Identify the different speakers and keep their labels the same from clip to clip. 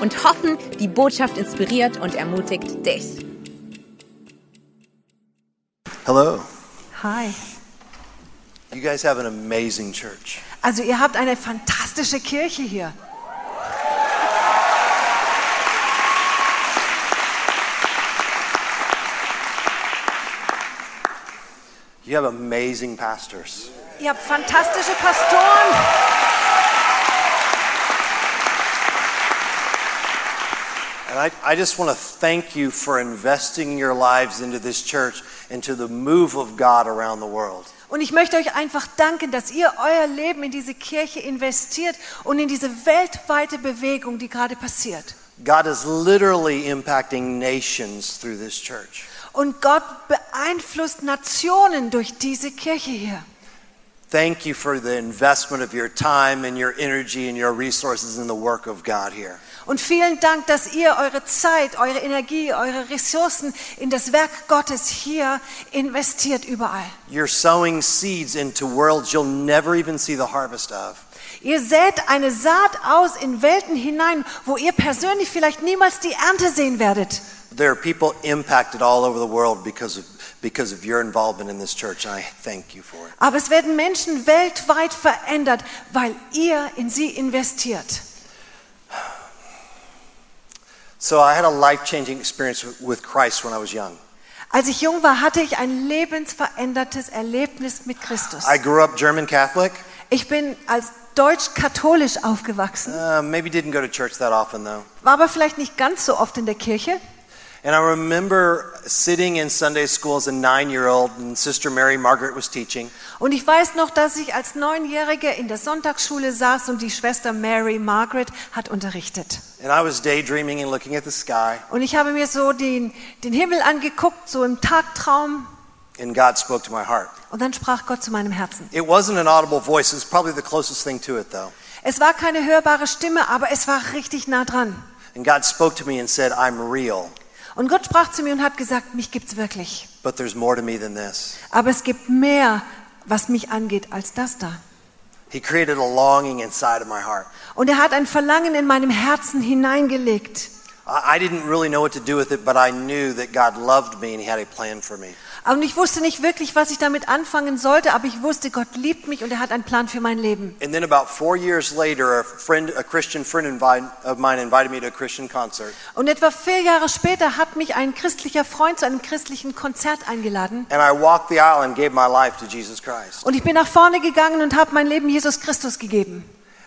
Speaker 1: und hoffen, die Botschaft inspiriert und ermutigt dich.
Speaker 2: Hello.
Speaker 3: Hi.
Speaker 2: You guys have an amazing church.
Speaker 3: Also ihr habt eine fantastische Kirche hier.
Speaker 2: You have amazing pastors.
Speaker 3: Ihr habt fantastische Pastoren.
Speaker 2: And I, I just want to thank you for investing your lives into this church, into the move of God around the world.
Speaker 3: Und ich möchte euch einfach danken, dass ihr euer Leben in diese Kirche investiert und in diese weltweite Bewegung, die gerade passiert.
Speaker 2: God is literally impacting nations through this church.
Speaker 3: Und Gott beeinflusst Nationen durch diese Kirche hier.
Speaker 2: Thank you for the investment of your time and your energy and your resources in the work of God here.
Speaker 3: Und vielen Dank, dass ihr eure Zeit, eure Energie, eure Ressourcen in das Werk Gottes hier investiert überall.
Speaker 2: You're sowing seeds into worlds you'll never even see the harvest of.
Speaker 3: Ihr sät eine Saat aus in Welten hinein, wo ihr persönlich vielleicht niemals die Ernte sehen werdet.
Speaker 2: There are people impacted all over the world because of, because of your involvement in this church, and I thank you for it.
Speaker 3: Aber es werden Menschen weltweit verändert, weil ihr in sie investiert.
Speaker 2: So, I had a life changing experience with, with Christ when I was young.
Speaker 3: Als ich jung war, hatte ich ein lebensverändertes Erlebnis mit Christus.
Speaker 2: I grew up German Catholic,
Speaker 3: Ich bin als deutsch-katholisch aufgewachsen,
Speaker 2: uh, maybe didn't go to church that often though.
Speaker 3: war aber vielleicht nicht ganz so oft in der Kirche.
Speaker 2: And I remember sitting in Sunday school as a nine year old, and Sister Mary Margaret was teaching.
Speaker 3: Und ich weiß noch, dass ich als Neunjährige in der Sonntagsschule saß und die Schwester Mary Margaret hat unterrichtet.
Speaker 2: And I was daydreaming and looking at the sky,
Speaker 3: Und ich habe mir so den, den Himmel angeguckt, so im Tagtraum.
Speaker 2: and God spoke to my heart.
Speaker 3: Und dann sprach Gott zu meinem Herzen.
Speaker 2: It wasn't an audible voice, it's probably the closest thing to it though.
Speaker 3: Es war keine hörbare Stimme, aber es war richtig nah dran.
Speaker 2: And God spoke to me and said, I'm real,
Speaker 3: Und Gott sprach zu mir und hat gesagt, mich gibt's wirklich.
Speaker 2: but there's more to me than this.
Speaker 3: Aber es gibt mehr, was mich angeht, als das da.
Speaker 2: He created a longing inside of my heart.
Speaker 3: Und er hat ein Verlangen in meinem Herzen hineingelegt.
Speaker 2: I I didn't really know what to do with it, but I knew that God loved me and He had a plan for me.
Speaker 3: Und ich wusste nicht wirklich, was ich damit anfangen sollte, aber ich wusste, Gott liebt mich und er hat einen Plan für mein Leben.
Speaker 2: And then about four years later, a friend, a Christian friend invite, of mine invited me to a Christian concert.
Speaker 3: Und etwa vier Jahre später hat mich ein christlicher Freund zu einem christlichen Konzert eingeladen.
Speaker 2: And I walked the aisle and gave my life to Jesus Christ.
Speaker 3: Und ich bin nach vorne gegangen und habe mein Leben Jesus Christus gegeben.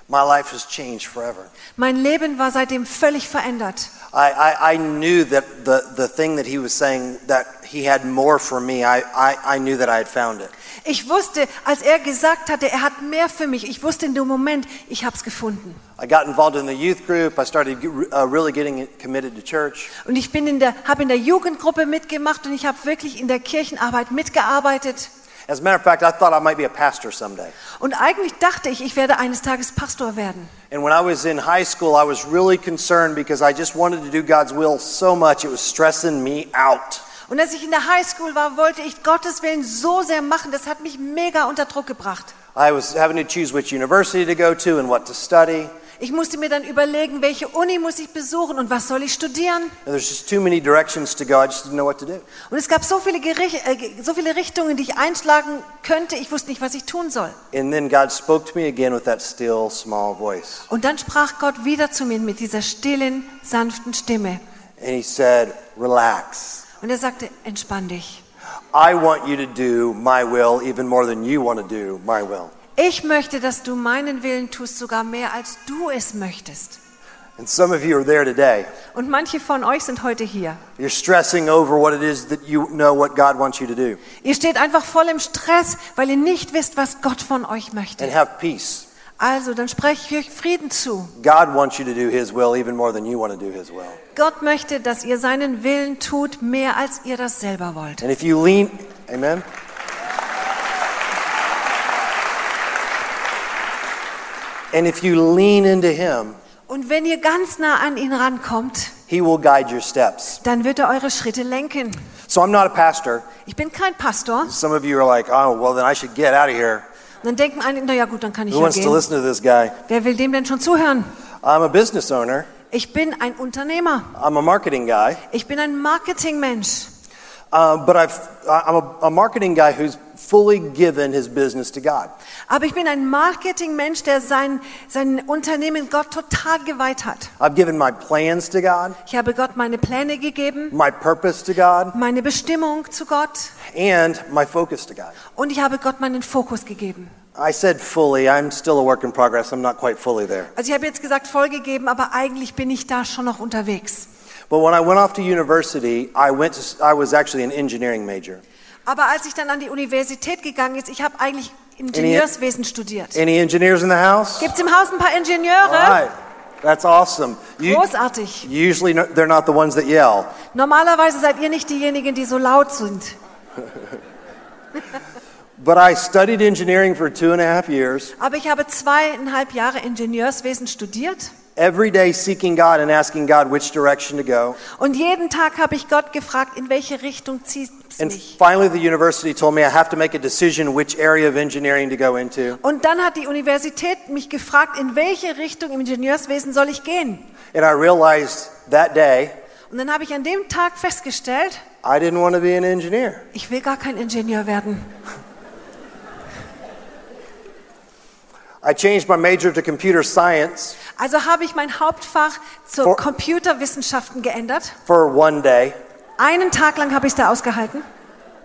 Speaker 2: My life has changed forever.
Speaker 3: Mein Leben war seitdem völlig verändert.
Speaker 2: I, I, I knew that the, the thing that he was saying, that he had more for me, I, I, I knew that I had found it.
Speaker 3: Ich wusste, als er gesagt hatte, er hat mehr für mich, ich wusste in dem Moment, ich habe es gefunden.
Speaker 2: I got involved in the youth group. I started get- uh, really getting committed to church.
Speaker 3: Und ich bin in der, habe in der Jugendgruppe mitgemacht und ich habe wirklich in der Kirchenarbeit mitgearbeitet.
Speaker 2: As a matter of fact, I thought I might be a pastor someday.
Speaker 3: Und eigentlich dachte ich, ich werde eines Tages Pastor werden.
Speaker 2: And when I was in high school, I was really concerned because I just wanted to do God's will so much, it was stressing me out.
Speaker 3: Und als ich in der Highschool war, wollte ich Gottes Willen so sehr machen, das hat mich mega unter Druck gebracht.
Speaker 2: I was having to choose which university to go to and what to study. And
Speaker 3: Ich musste mir dann überlegen, welche Uni muss ich besuchen und was soll ich studieren.
Speaker 2: there's just too many directions to go. I just didn't know what to do.
Speaker 3: Und es gab so viele, Gericht, äh, so viele Richtungen, die ich einschlagen könnte. Ich wusste nicht, was ich tun soll.
Speaker 2: And then God spoke to me again with that still small voice.
Speaker 3: Und dann sprach Gott wieder zu mir mit dieser stillen, sanften Stimme.
Speaker 2: And He said, Relax.
Speaker 3: Und er sagte, entspann dich.
Speaker 2: I want you to do my will even more than you want to do my will.
Speaker 3: Ich möchte, dass du meinen Willen tust, sogar mehr als du es möchtest.
Speaker 2: And some of you are there today.
Speaker 3: Und manche von euch sind heute hier.
Speaker 2: You're stressing over what it is that you know what God wants you to do.
Speaker 3: Ihr steht einfach voll im Stress, weil ihr nicht wisst, was Gott von euch
Speaker 2: And
Speaker 3: möchte.
Speaker 2: have peace.
Speaker 3: Also, dann spreche ich euch Frieden zu.
Speaker 2: God wants you to do His will even more than you want to do His will.
Speaker 3: Gott möchte, dass ihr seinen Willen tut, mehr als ihr das selber wollt.
Speaker 2: And if you lean, amen? And if you lean into Him,
Speaker 3: Und wenn ihr ganz nah an ihn rankommt,
Speaker 2: He will guide your steps.
Speaker 3: dann wird er eure Schritte lenken.
Speaker 2: So I'm not a pastor.
Speaker 3: Ich bin kein Pastor. Und
Speaker 2: Some of you are like, oh, well, then I should get out of here.
Speaker 3: dann denken einige, naja gut, dann kann ich
Speaker 2: Who
Speaker 3: ja
Speaker 2: wants to
Speaker 3: gehen.
Speaker 2: listen to this guy?
Speaker 3: Wer will dem denn schon zuhören?
Speaker 2: I'm a business owner,
Speaker 3: Ich bin ein Unternehmer.
Speaker 2: I'm a marketing guy,
Speaker 3: Ich bin ein Marketingmensch.
Speaker 2: uh, but I've, I- I'm a, a marketing guy who's fully given his business to God.
Speaker 3: Aber ich bin ein Marketingmensch, der sein, sein Unternehmen Gott total geweiht hat.
Speaker 2: I've given my plans to God,
Speaker 3: Ich habe Gott meine Pläne gegeben,
Speaker 2: my purpose to God,
Speaker 3: meine Bestimmung zu Gott
Speaker 2: and my focus to God.
Speaker 3: und ich habe Gott meinen Fokus gegeben.
Speaker 2: I said fully. I'm still a work in progress. I'm not quite fully there.
Speaker 3: Also ich habe jetzt gesagt vollgegeben, aber eigentlich bin ich da schon noch unterwegs.
Speaker 2: But when I went off to university, I went to, I was actually an engineering major.
Speaker 3: Aber als ich dann an die Universität gegangen ist, ich habe eigentlich Ingenieurswesen studiert.
Speaker 2: Any engineers in the house?
Speaker 3: Gibt's im Haus ein paar
Speaker 2: All
Speaker 3: Ingenieure?
Speaker 2: right. That's awesome. You,
Speaker 3: Großartig.
Speaker 2: usually no- they're not the ones that yell.
Speaker 3: Normalerweise seid ihr nicht diejenigen, die so laut sind.
Speaker 2: But I studied engineering for two and a half years,
Speaker 3: Aber ich habe zweieinhalb Jahre Ingenieurswesen studiert
Speaker 2: every day seeking God and asking God which direction to go.
Speaker 3: und jeden Tag habe ich Gott gefragt, in welche Richtung zieht es
Speaker 2: And
Speaker 3: mich.
Speaker 2: finally, the university told me I have to make a decision which area of engineering to go into.
Speaker 3: Und dann hat die Universität mich gefragt, in welche Richtung im Ingenieurswesen soll ich gehen.
Speaker 2: And I realized that day
Speaker 3: Und dann habe ich an dem Tag festgestellt,
Speaker 2: I didn't want to be an engineer.
Speaker 3: ich will gar kein Ingenieur werden.
Speaker 2: I changed my major to computer science
Speaker 3: Also habe ich mein Hauptfach zu
Speaker 2: For-
Speaker 3: Computerwissenschaften geändert.
Speaker 2: for one day.
Speaker 3: Einen Tag lang habe ich es da ausgehalten.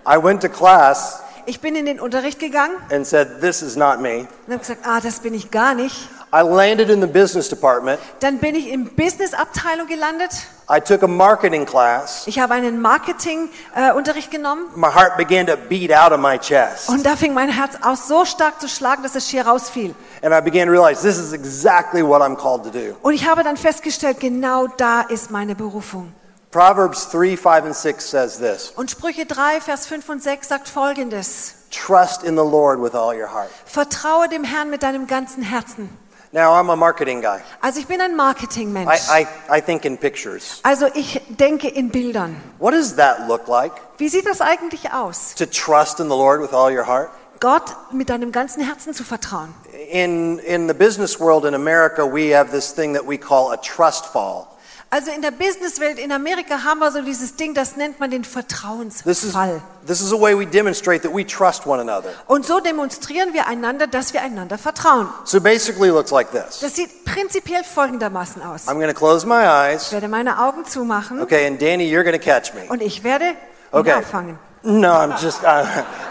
Speaker 2: I went to class
Speaker 3: Ich bin in den Unterricht gegangen
Speaker 2: and said, This is not me.
Speaker 3: und habe gesagt, ah, das bin ich gar nicht.
Speaker 2: I landed in the business department.
Speaker 3: Dann bin ich in Business-Abteilung gelandet.
Speaker 2: I took a marketing class.
Speaker 3: Ich habe einen Marketing-Unterricht genommen
Speaker 2: My heart began to beat out of my chest.
Speaker 3: und da fing mein Herz aus so stark zu schlagen, dass es schier rausfiel.
Speaker 2: And I began to realize this is exactly what I'm called to do.
Speaker 3: Und ich habe dann festgestellt, genau da ist meine Berufung.
Speaker 2: Proverbs 3, 5, and 6 says this
Speaker 3: Und Sprüche 3, Vers 5 und 6 sagt folgendes.
Speaker 2: Trust in the Lord with all your heart.
Speaker 3: Vertraue dem Herrn mit deinem ganzen Herzen.
Speaker 2: Now, I'm a marketing guy.
Speaker 3: Also ich bin ein
Speaker 2: I,
Speaker 3: Marketingmensch.
Speaker 2: I, I think in pictures.
Speaker 3: Also ich denke in Bildern.
Speaker 2: What does that look like?
Speaker 3: Wie sieht das eigentlich aus?
Speaker 2: To trust in the Lord with all your heart?
Speaker 3: Gott mit deinem ganzen Herzen zu vertrauen.
Speaker 2: In, in the business world in America, we have this thing that we call a trust fall.
Speaker 3: Also in der Businesswelt in Amerika haben wir so dieses Ding, das nennt man den
Speaker 2: This is,
Speaker 3: Vertrauensfall.
Speaker 2: this is a way we demonstrate that we trust one another.
Speaker 3: Und so demonstrieren wir einander, dass wir einander vertrauen.
Speaker 2: So basically, it looks like this
Speaker 3: Das sieht prinzipiell folgendermaßen aus.
Speaker 2: I'm going to close my
Speaker 3: Ich
Speaker 2: eyes.
Speaker 3: werde meine Augen zumachen
Speaker 2: Okay, and Danny, you're going to catch me.
Speaker 3: und ich werde ihn
Speaker 2: Okay.
Speaker 3: abfangen.
Speaker 2: No, I'm just. I,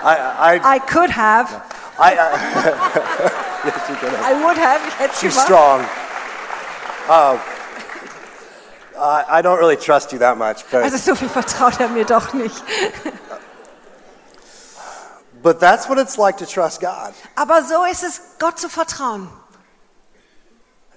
Speaker 2: I, I,
Speaker 3: I could have,
Speaker 2: I, yes, you can.
Speaker 3: I would have, ich hätte
Speaker 2: She's
Speaker 3: es gemacht.
Speaker 2: strong. Oh, I, I don't really trust you that much,
Speaker 3: Also
Speaker 2: but,
Speaker 3: so viel vertraut er mir doch nicht.
Speaker 2: but that's what it's like to trust God.
Speaker 3: Aber so ist es, Gott zu vertrauen.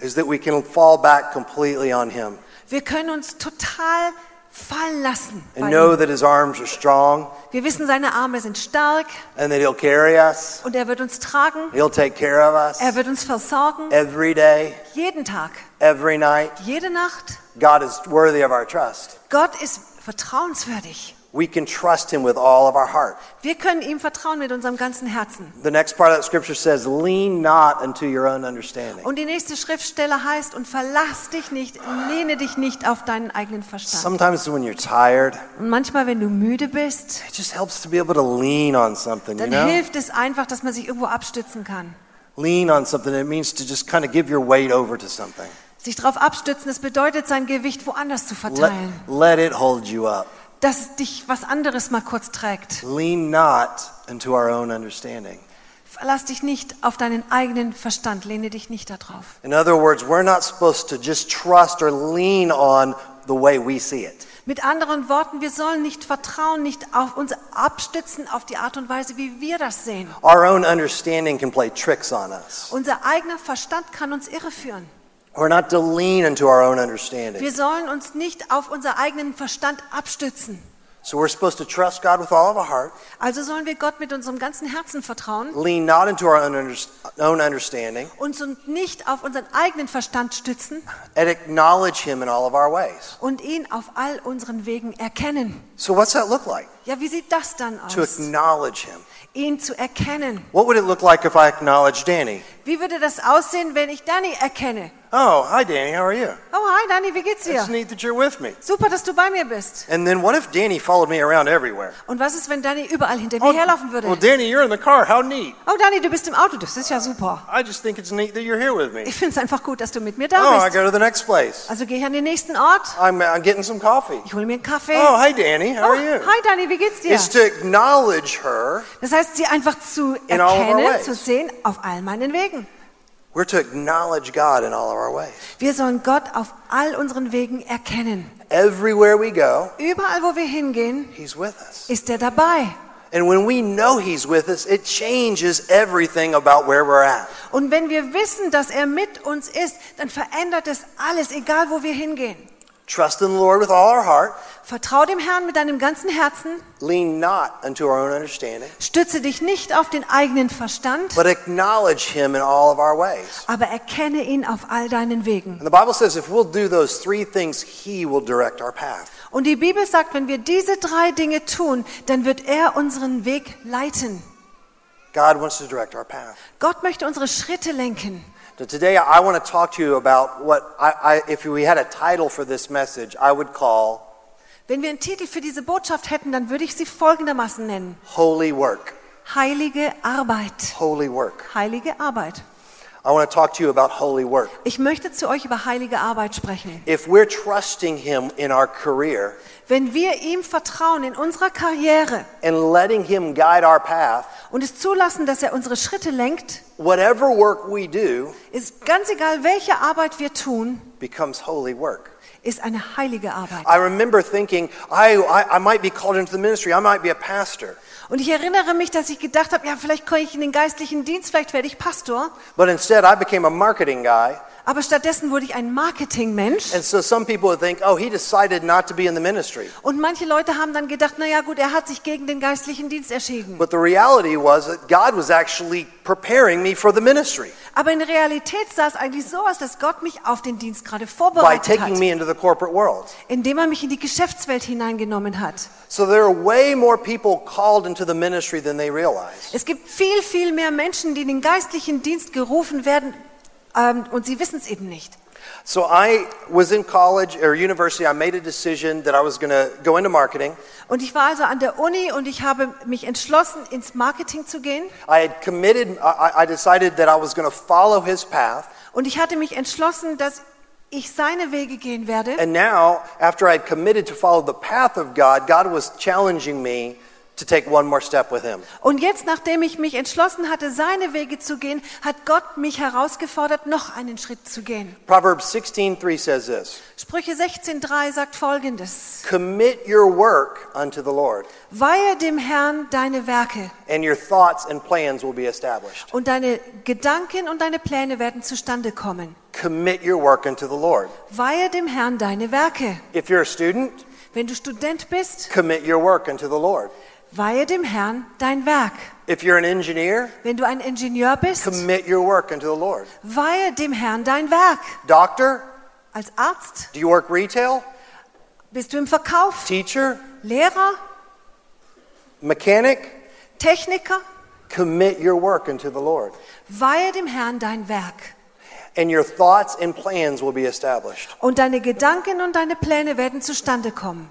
Speaker 2: Is that we can fall back completely on Him
Speaker 3: Wir können uns total fallen lassen.
Speaker 2: and
Speaker 3: bei
Speaker 2: know
Speaker 3: ihm.
Speaker 2: that His arms are strong
Speaker 3: Wir wissen, seine Arme sind stark
Speaker 2: and that He'll carry us.
Speaker 3: und er wird uns tragen.
Speaker 2: He'll take care of us
Speaker 3: Er wird uns versorgen.
Speaker 2: every day,
Speaker 3: Jeden Tag,
Speaker 2: every night.
Speaker 3: jede Nacht.
Speaker 2: God is worthy of our trust.
Speaker 3: Gott ist vertrauenswürdig.
Speaker 2: We can trust Him with all of our heart.
Speaker 3: Wir können ihm vertrauen mit unserem ganzen Herzen.
Speaker 2: The next part of that scripture says, "Lean not unto your own understanding."
Speaker 3: Und die nächste Schriftstelle heißt, und verlass dich nicht, lehne dich nicht auf deinen eigenen Verstand.
Speaker 2: Sometimes when you're tired,
Speaker 3: Und manchmal, wenn du müde bist,
Speaker 2: it just helps to be able to lean on something, you
Speaker 3: dann
Speaker 2: know?
Speaker 3: hilft es einfach, dass man sich irgendwo abstützen kann.
Speaker 2: Lean on something. It means to just kind of give your weight over to something.
Speaker 3: Sich darauf abstützen, das bedeutet, sein Gewicht woanders zu verteilen.
Speaker 2: Let, let it hold you up.
Speaker 3: Dass dich was anderes mal kurz trägt.
Speaker 2: Lean not unto our own understanding.
Speaker 3: Verlass dich nicht auf deinen eigenen Verstand, lehne dich nicht darauf.
Speaker 2: In other words, we're not supposed to just trust or lean on the way we see it.
Speaker 3: Mit anderen Worten, wir sollen nicht vertrauen, nicht auf uns abstützen auf die Art und Weise, wie wir das sehen.
Speaker 2: Our own understanding can play tricks on us.
Speaker 3: Unser eigener Verstand kann uns irreführen.
Speaker 2: We're not to lean into our own understanding.
Speaker 3: Wir sollen uns nicht auf unseren eigenen Verstand abstützen.
Speaker 2: So we're supposed to trust God with all of our heart,
Speaker 3: Also sollen wir Gott mit unserem ganzen Herzen vertrauen
Speaker 2: lean not into our own under- own understanding,
Speaker 3: uns und nicht auf unseren eigenen Verstand stützen
Speaker 2: and acknowledge Him in all of our ways.
Speaker 3: und ihn auf all unseren Wegen erkennen.
Speaker 2: So, what's that look like?
Speaker 3: Ja, wie sieht das dann
Speaker 2: To
Speaker 3: aus?
Speaker 2: acknowledge Him.
Speaker 3: Ihn zu erkennen.
Speaker 2: What would it look like if I acknowledged Danny?
Speaker 3: Wie würde das aussehen, wenn ich Danny erkenne?
Speaker 2: Oh, hi, Danny. How are you?
Speaker 3: Oh, hi Danny, wie geht's
Speaker 2: It's
Speaker 3: dir?
Speaker 2: neat that you're with me.
Speaker 3: Super, dass du bei mir bist.
Speaker 2: And then what if Danny followed me around everywhere? Oh,
Speaker 3: Und was ist, wenn Danny überall hinter mir herlaufen
Speaker 2: well,
Speaker 3: würde?
Speaker 2: Danny, you're in the car. How neat.
Speaker 3: Oh, Danny, du bist im Auto, das ist ja super.
Speaker 2: I just think it's neat that you're here with me.
Speaker 3: Ich finde es einfach gut, dass du mit mir
Speaker 2: Oh,
Speaker 3: da
Speaker 2: I
Speaker 3: bist.
Speaker 2: go to the next place.
Speaker 3: Also gehe ich an den nächsten Ort,
Speaker 2: I'm, I'm getting some coffee.
Speaker 3: ich hole mir einen Kaffee.
Speaker 2: Oh, hey, Danny. How
Speaker 3: Oh,
Speaker 2: are you?
Speaker 3: hi Danny, wie geht's dir?
Speaker 2: It's to acknowledge her.
Speaker 3: Das heißt, sie einfach zu
Speaker 2: In all of our
Speaker 3: erkennen,
Speaker 2: ways.
Speaker 3: zu sehen, auf all meinen Wegen.
Speaker 2: We're to acknowledge God in all of our ways.
Speaker 3: Wir sollen Gott auf all unseren Wegen erkennen.
Speaker 2: Everywhere we go,
Speaker 3: Überall, wo wir hingehen,
Speaker 2: He's with us.
Speaker 3: ist er dabei.
Speaker 2: And when we know He's with us, it changes everything about where we're at.
Speaker 3: Und wenn wir wissen, dass er mit uns ist, dann verändert es alles, egal wo wir hingehen.
Speaker 2: Trust in the Lord with all our heart.
Speaker 3: Vertrau dem Herrn mit deinem ganzen Herzen,
Speaker 2: Lean not unto our own understanding,
Speaker 3: stütze dich nicht auf den eigenen Verstand,
Speaker 2: but acknowledge Him in all of our ways.
Speaker 3: aber erkenne ihn auf all deinen Wegen.
Speaker 2: And the Bible says if we'll do those three things, He will direct our path.
Speaker 3: Und die Bibel sagt, wenn wir diese drei Dinge tun, dann wird er unseren Weg leiten.
Speaker 2: God wants to direct our path.
Speaker 3: Gott möchte unsere Schritte lenken.
Speaker 2: So today, I want to talk to you about what I, I, if we had a title for this message, I would call
Speaker 3: Wenn wir einen Titel für diese Botschaft hätten, dann würde ich sie folgendermaßen nennen.
Speaker 2: Holy Work.
Speaker 3: Heilige Arbeit.
Speaker 2: Holy Work.
Speaker 3: Heilige Arbeit.
Speaker 2: I want to talk to you about holy work.
Speaker 3: Ich möchte zu euch über heilige Arbeit sprechen.
Speaker 2: If we're trusting Him in our career
Speaker 3: Wenn wir ihm vertrauen in unserer Karriere
Speaker 2: and letting Him guide our path,
Speaker 3: und es zulassen, dass er unsere Schritte lenkt,
Speaker 2: whatever work we do
Speaker 3: ist ganz egal, welche Arbeit wir tun,
Speaker 2: becomes holy work.
Speaker 3: ist eine heilige Arbeit.
Speaker 2: I remember thinking, I, I, I might be called into the ministry, I might be a pastor.
Speaker 3: Und ich erinnere mich, dass ich gedacht habe, ja, vielleicht komme ich in den geistlichen Dienst, vielleicht werde ich Pastor.
Speaker 2: But instead, I became a marketing guy.
Speaker 3: Aber stattdessen wurde ich ein Marketingmensch.
Speaker 2: And so some people would think, oh, he decided not to be in the ministry.
Speaker 3: Und manche Leute haben dann gedacht, na ja, gut, er hat sich gegen den geistlichen Dienst entschieden.
Speaker 2: But the reality was that God was actually preparing me for the ministry
Speaker 3: Aber in Realität sah es eigentlich so aus, dass Gott mich auf den Dienst gerade
Speaker 2: by
Speaker 3: vorbereitet
Speaker 2: taking
Speaker 3: hat,
Speaker 2: me into the corporate world.
Speaker 3: indem er mich in die Geschäftswelt hineingenommen hat.
Speaker 2: So there are way more people called into the ministry than they realize.
Speaker 3: Es gibt viel, viel mehr Menschen, die in den geistlichen Dienst gerufen werden ähm, und sie wissen es eben nicht.
Speaker 2: So I was in college or university. I made a decision that I was going to go into marketing.
Speaker 3: Und ich war also an der Uni und ich habe mich entschlossen, ins Marketing zu gehen.
Speaker 2: I had committed, I, I- I decided that I was going to follow his path.
Speaker 3: Und ich hatte mich entschlossen, dass ich seine Wege gehen werde.
Speaker 2: And now, after I had committed to follow the path of God, God was challenging me to take one more step with him.
Speaker 3: Und jetzt, nachdem ich mich entschlossen hatte, seine Wege zu gehen, hat Gott mich herausgefordert, noch einen Schritt zu gehen.
Speaker 2: Proverbs 16:3 says this:
Speaker 3: Sprüche 16.3 sagt folgendes.
Speaker 2: Commit your work unto the Lord,
Speaker 3: Weihe dem Herrn deine Werke
Speaker 2: and your thoughts and plans will be established.
Speaker 3: und deine Gedanken und deine Pläne werden zustande kommen.
Speaker 2: Commit your work unto the Lord.
Speaker 3: Weihe dem Herrn deine Werke.
Speaker 2: If you're a student,
Speaker 3: Wenn du Student bist,
Speaker 2: commit your work unto the Lord.
Speaker 3: weihe dem Herrn dein Werk.
Speaker 2: If you're an engineer,
Speaker 3: Wenn du ein Ingenieur bist,
Speaker 2: commit your work unto the Lord.
Speaker 3: weihe dem Herrn dein Werk.
Speaker 2: Doctor,
Speaker 3: Als Arzt
Speaker 2: do you work retail?
Speaker 3: bist du im Verkauf,
Speaker 2: Teacher,
Speaker 3: Lehrer,
Speaker 2: mechanic,
Speaker 3: Techniker,
Speaker 2: commit your work unto the Lord,
Speaker 3: weihe dem Herrn dein Werk.
Speaker 2: and your thoughts and plans will be established.
Speaker 3: Und deine Gedanken und deine Pläne werden zustande kommen.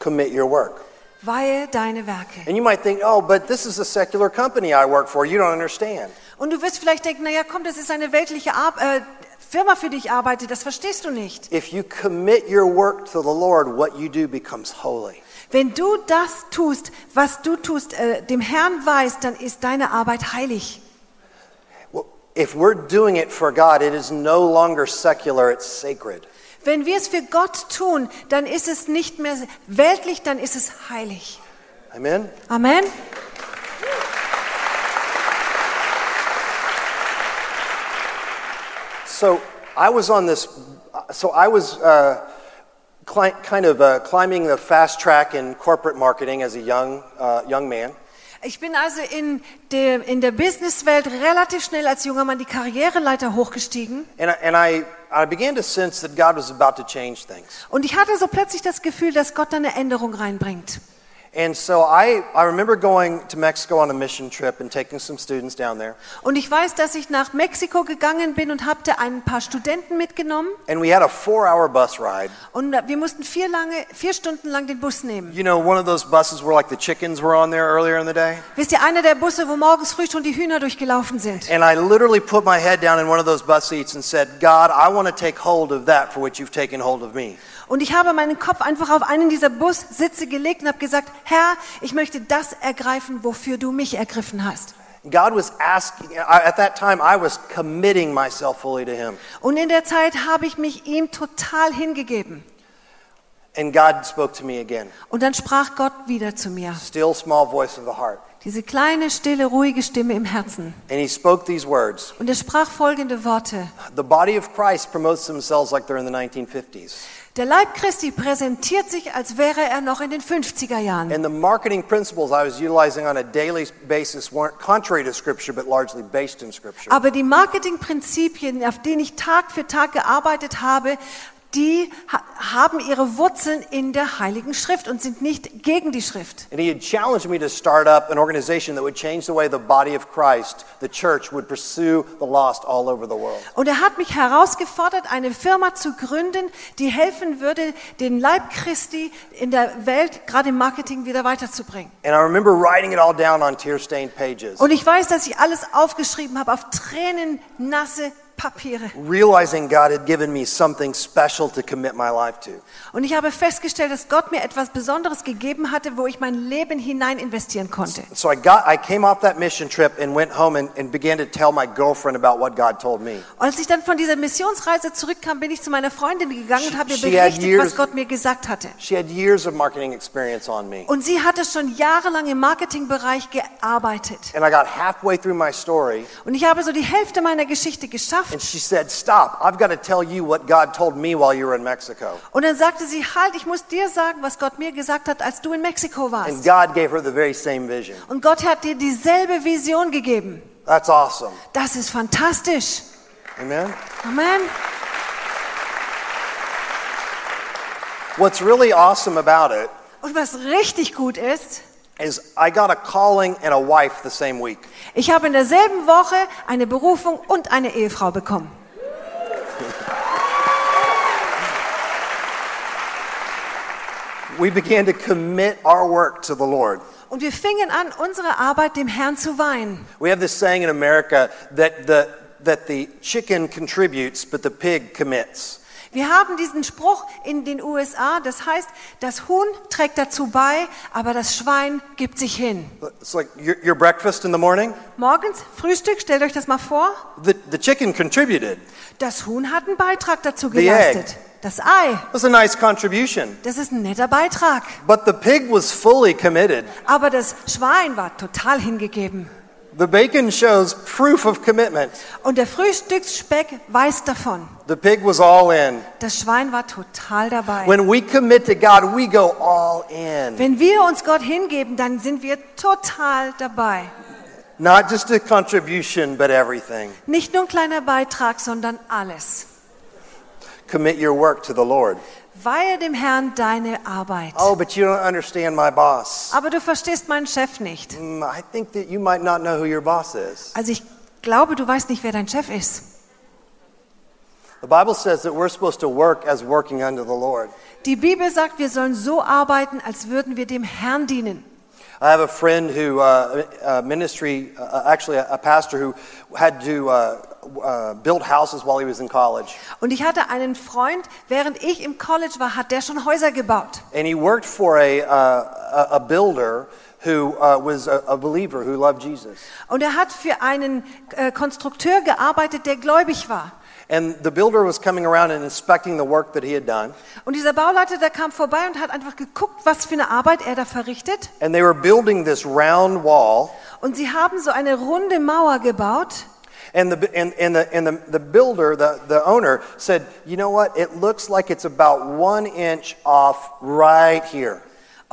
Speaker 2: Commit your work.
Speaker 3: Weihe deine Werke.
Speaker 2: And you might think, oh, but this is a secular company I work for. You don't understand.
Speaker 3: Und du wirst vielleicht denken, naja, komm, das ist eine weltliche Ar äh, Firma, für die ich arbeite, das verstehst du nicht.
Speaker 2: If you commit your work to the Lord, what you do becomes holy.
Speaker 3: Wenn du das tust, was du tust, äh, dem Herrn weißt, dann ist deine Arbeit heilig.
Speaker 2: If we're doing it for God, it is no longer secular, it's sacred.
Speaker 3: Wenn wir es für Gott tun, dann ist es nicht mehr weltlich, dann ist es heilig.
Speaker 2: Amen?
Speaker 3: Amen.
Speaker 2: So I was on this, so I was uh, cli- kind of uh, climbing the fast track in corporate marketing as a young, uh, young man.
Speaker 3: Ich bin also in der, in der Businesswelt relativ schnell als junger Mann die Karriereleiter hochgestiegen
Speaker 2: And, I, and I, I began to sense that God was about to change things.
Speaker 3: und ich hatte so plötzlich das Gefühl, dass Gott da eine Änderung reinbringt.
Speaker 2: And so I, I remember going to Mexico on a mission trip and taking some students down there.
Speaker 3: Und ich weiß, dass ich nach Mexiko gegangen bin und habe da ein paar Studenten mitgenommen
Speaker 2: And we had a four hour bus ride.
Speaker 3: und wir mussten vier, lange, vier Stunden lang den Bus nehmen.
Speaker 2: You know, one of those buses where like the chickens were on there earlier in the day.
Speaker 3: Wisst ihr, einer der Busse, wo morgens früh schon die Hühner durchgelaufen sind.
Speaker 2: And I literally put my head down in one of those bus seats and said, God, I want to take hold of that for which you've taken hold of me.
Speaker 3: Und ich habe meinen Kopf einfach auf einen dieser Bussitze gelegt und habe gesagt, Herr, ich möchte das ergreifen, wofür du mich ergriffen hast.
Speaker 2: God was asking, I, at that time, I was committing myself fully to Him.
Speaker 3: Und in der Zeit habe ich mich ihm total hingegeben.
Speaker 2: And God spoke to me again.
Speaker 3: Und dann sprach Gott wieder zu mir,
Speaker 2: Still small voice of the heart.
Speaker 3: diese kleine, stille, ruhige Stimme im Herzen.
Speaker 2: And He spoke these words
Speaker 3: Und er sprach folgende Worte.
Speaker 2: The body of Christ promotes themselves like they're in the 1950s.
Speaker 3: Der Leib Christi präsentiert sich, als wäre er noch in den 50er Jahren.
Speaker 2: And the marketing principles I was utilizing on a daily basis weren't contrary to Scripture, but largely based in Scripture.
Speaker 3: Aber die Marketingprinzipien, auf denen ich Tag für Tag gearbeitet habe, die ha haben ihre Wurzeln in der Heiligen Schrift und sind nicht gegen die Schrift.
Speaker 2: And he had challenged me to start up an organization that would change the way the body of Christ, the church, would pursue the lost all over the world.
Speaker 3: Und er hat mich herausgefordert, eine Firma zu gründen, die helfen würde, den Leib Christi in der Welt, gerade im Marketing, wieder weiterzubringen.
Speaker 2: And I remember writing it all down on tear stained pages,
Speaker 3: Und ich weiß, dass ich alles aufgeschrieben habe auf tränennasse Papiere.
Speaker 2: realizing God had given me something special to commit my life to.
Speaker 3: Und ich habe festgestellt, dass Gott mir etwas Besonderes gegeben hatte, wo ich mein Leben hinein investieren konnte.
Speaker 2: So I, got, I came off that mission trip and went home and, and began to tell my girlfriend about what God told me.
Speaker 3: Und als ich dann von dieser Missionsreise zurückkam, bin ich zu meiner Freundin gegangen und habe ihr
Speaker 2: She- she had
Speaker 3: berichtet, was
Speaker 2: years-
Speaker 3: Gott mir gesagt hatte.
Speaker 2: She had years of marketing experience on me.
Speaker 3: Und sie hatte schon jahrelang im Marketingbereich gearbeitet.
Speaker 2: And I got halfway through my story,
Speaker 3: Und ich habe so die Hälfte meiner Geschichte
Speaker 2: and
Speaker 3: geschafft.
Speaker 2: she said, Stop, I've got to tell you what God told me while you were in Mexico.
Speaker 3: Und dann sagte sie, halt, ich muss dir sagen, was Gott mir gesagt hat, als du in Mexiko
Speaker 2: And
Speaker 3: warst.
Speaker 2: God gave her the very same vision.
Speaker 3: Und Gott hat dir dieselbe Vision gegeben.
Speaker 2: That's awesome.
Speaker 3: Das ist fantastisch.
Speaker 2: Amen.
Speaker 3: Amen.
Speaker 2: What's really awesome about it
Speaker 3: Und was richtig gut ist,
Speaker 2: is I got a calling and a wife the same week.
Speaker 3: Ich habe in derselben Woche eine Berufung und eine Ehefrau bekommen.
Speaker 2: We began to commit our work to the Lord.
Speaker 3: Und wir fingen an, unsere Arbeit dem Herrn zu weihen.
Speaker 2: We have this saying in America that the that the chicken contributes but the pig commits.
Speaker 3: Wir haben diesen Spruch in den USA, das heißt, das Huhn trägt dazu bei, aber das Schwein gibt sich hin.
Speaker 2: It's like your, your breakfast in the morning,
Speaker 3: Morgens Frühstück, stellt euch das mal vor,
Speaker 2: the, the chicken contributed.
Speaker 3: das Huhn hat einen Beitrag dazu
Speaker 2: The egg.
Speaker 3: geleistet. Das Ei,
Speaker 2: It was a nice contribution,
Speaker 3: das ist ein netter Beitrag.
Speaker 2: but the pig was fully committed.
Speaker 3: Aber das Schwein war total hingegeben.
Speaker 2: The bacon shows proof of commitment.
Speaker 3: Und der Frühstücksspeck weiß davon.
Speaker 2: The pig was all in.
Speaker 3: Das Schwein war total dabei.
Speaker 2: When we commit to God, we go all in.
Speaker 3: Wenn wir uns Gott hingeben, dann sind wir total dabei.
Speaker 2: Not just a contribution, but everything.
Speaker 3: Nicht nur ein kleiner Beitrag, sondern alles.
Speaker 2: Commit your work to the Lord.
Speaker 3: Weihe dem Herrn deine Arbeit.
Speaker 2: Oh, but you don't understand my boss.
Speaker 3: Aber du verstehst meinen Chef nicht.
Speaker 2: Mm, I think that you might not know who your boss is.
Speaker 3: Also ich glaube, du weißt nicht, wer dein Chef ist.
Speaker 2: The Bible says that we're supposed to work as working unto the Lord.
Speaker 3: Die Bibel sagt, wir sollen so arbeiten, als würden wir dem Herrn dienen.
Speaker 2: I have a friend who, uh, uh, ministry, uh, actually a, a pastor who had to uh, uh, build houses while he was in college.
Speaker 3: Und ich hatte einen Freund, während ich im College war, hat der schon Häuser gebaut.
Speaker 2: And he worked for a, uh, a- a builder who uh, was a, a believer who loved Jesus.
Speaker 3: Und er hat für einen äh, Konstrukteur gearbeitet, der gläubig war.
Speaker 2: and the builder was coming around and inspecting the work that he had done.
Speaker 3: Und dieser Bauleiter, der kam vorbei und hat einfach geguckt, was für eine Arbeit er da verrichtet.
Speaker 2: And they were building this round wall,
Speaker 3: Und sie haben so eine runde Mauer gebaut.
Speaker 2: and the and, and the and the, the builder, the, the owner, said, "You know what? It looks like it's about one inch off right here."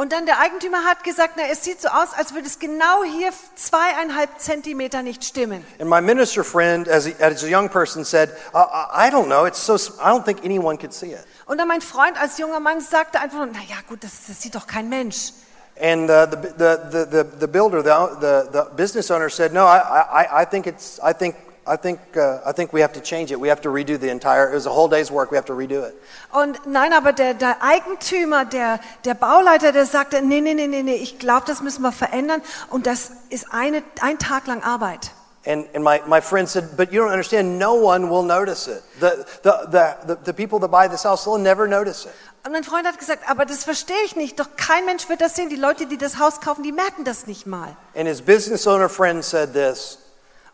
Speaker 3: Und dann der Eigentümer hat gesagt, na, es sieht so aus, als würde es genau hier zweieinhalb Zentimeter nicht stimmen.
Speaker 2: And my minister friend, as a, as a young person, said, I, I, "I don't know. It's so. s- I don't think anyone could see it."
Speaker 3: Und dann mein Freund als junger Mann sagte einfach, na ja, gut, das, das sieht doch kein Mensch.
Speaker 2: And uh, the, the, the, the, the builder, the, the, the business owner said, no, I, I, I think it's, I think, I think, uh, I think we have to change it. We have to redo the entire, it was a whole day's work. We have to redo it.
Speaker 3: Und nein, aber der, der Eigentümer, der, der Bauleiter, der sagte, nee, nee, nee, nee, nee, ich glaube, das müssen wir verändern. Und das ist eine, ein Tag lang Arbeit.
Speaker 2: And, and my, my friend said, but you don't understand. No one will notice it. The, the, the, the, the people that buy this house will never notice it.
Speaker 3: Und mein Freund hat gesagt, aber das verstehe ich nicht, doch kein Mensch wird das sehen. Die Leute, die das Haus kaufen, die merken das nicht mal.
Speaker 2: And his business owner friend said this,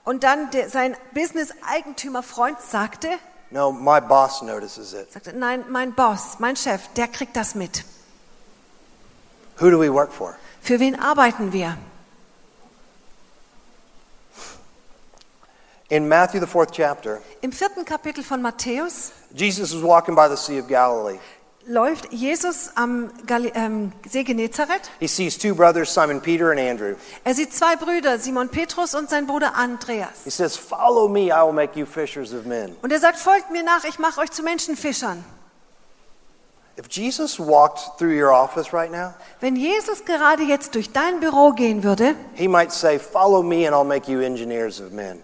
Speaker 3: Und dann der, sein Business-Eigentümer-Freund sagte,
Speaker 2: no, my boss notices it.
Speaker 3: sagte, nein, mein Boss, mein Chef, der kriegt das mit.
Speaker 2: Who do we work for?
Speaker 3: Für wen arbeiten wir?
Speaker 2: In Matthew, the fourth chapter,
Speaker 3: Im vierten Kapitel von Matthäus
Speaker 2: Jesus was walking by the Sea of Galilee.
Speaker 3: läuft Jesus am Gali ähm, See Genezareth.
Speaker 2: He sees two brothers, Simon Peter and Andrew.
Speaker 3: Er sieht zwei Brüder, Simon Petrus und sein Bruder Andreas.
Speaker 2: He says, Follow me, I will make you fishers of men.
Speaker 3: Und er sagt, folgt mir nach, ich mache euch zu Menschenfischern.
Speaker 2: If Jesus walked through your office right now,
Speaker 3: Wenn Jesus gerade jetzt durch dein Büro gehen würde
Speaker 2: he might say, Follow me, and I'll make you engineers of men,